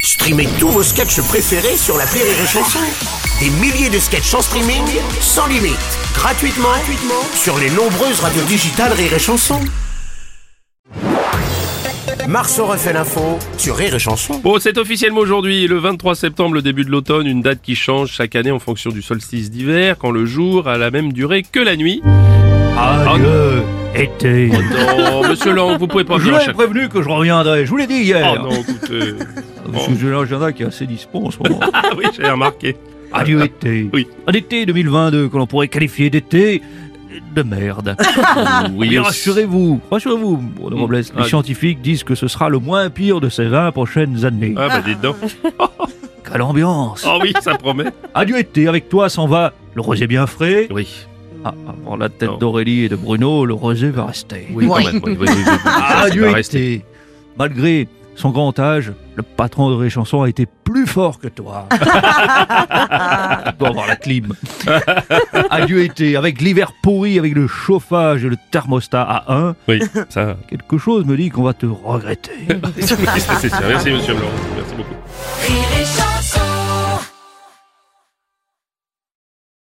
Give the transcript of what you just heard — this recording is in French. Streamez tous vos sketchs préférés sur la Rire et Chanson. Des milliers de sketchs en streaming, sans limite, gratuitement, gratuitement sur les nombreuses radios digitales Rire et Chanson. Marceau refait l'info sur Rire et Chanson. Bon, c'est officiellement aujourd'hui, le 23 septembre, le début de l'automne, une date qui change chaque année en fonction du solstice d'hiver, quand le jour a la même durée que la nuit. Adieu, été. Non, monsieur Lang, vous pouvez pas Je venir à l'ai chaque... prévenu que je reviendrai, je vous l'ai dit Oh hier. non, écoutez... Parce que j'ai un agenda qui est assez dispo en ce moment. Ah oui, j'ai remarqué. Adieu, été. Oui. Un été 2022 que l'on pourrait qualifier d'été de merde. Oui, Mais rassurez-vous, rassurez-vous, Bruno Mm. Robles, les Ah. scientifiques disent que ce sera le moins pire de ces 20 prochaines années. Ah bah dites donc. Quelle ambiance Oh oui, ça promet. Adieu, été, avec toi s'en va le rosé bien frais. Oui. Ah, avant la Non. tête d'Aurélie et de Bruno, le rosé va rester. Oui, quand même. Oui, oui, oui, oui. Adieu Ça va Ah, rester. été. Malgré son grand âge, le patron de Réchanson a été plus fort que toi. Il doit avoir la clim. Adieu été, avec l'hiver pourri, avec le chauffage et le thermostat à 1, Oui, ça... quelque chose me dit qu'on va te regretter. C'est sûr. Merci, monsieur Blanc.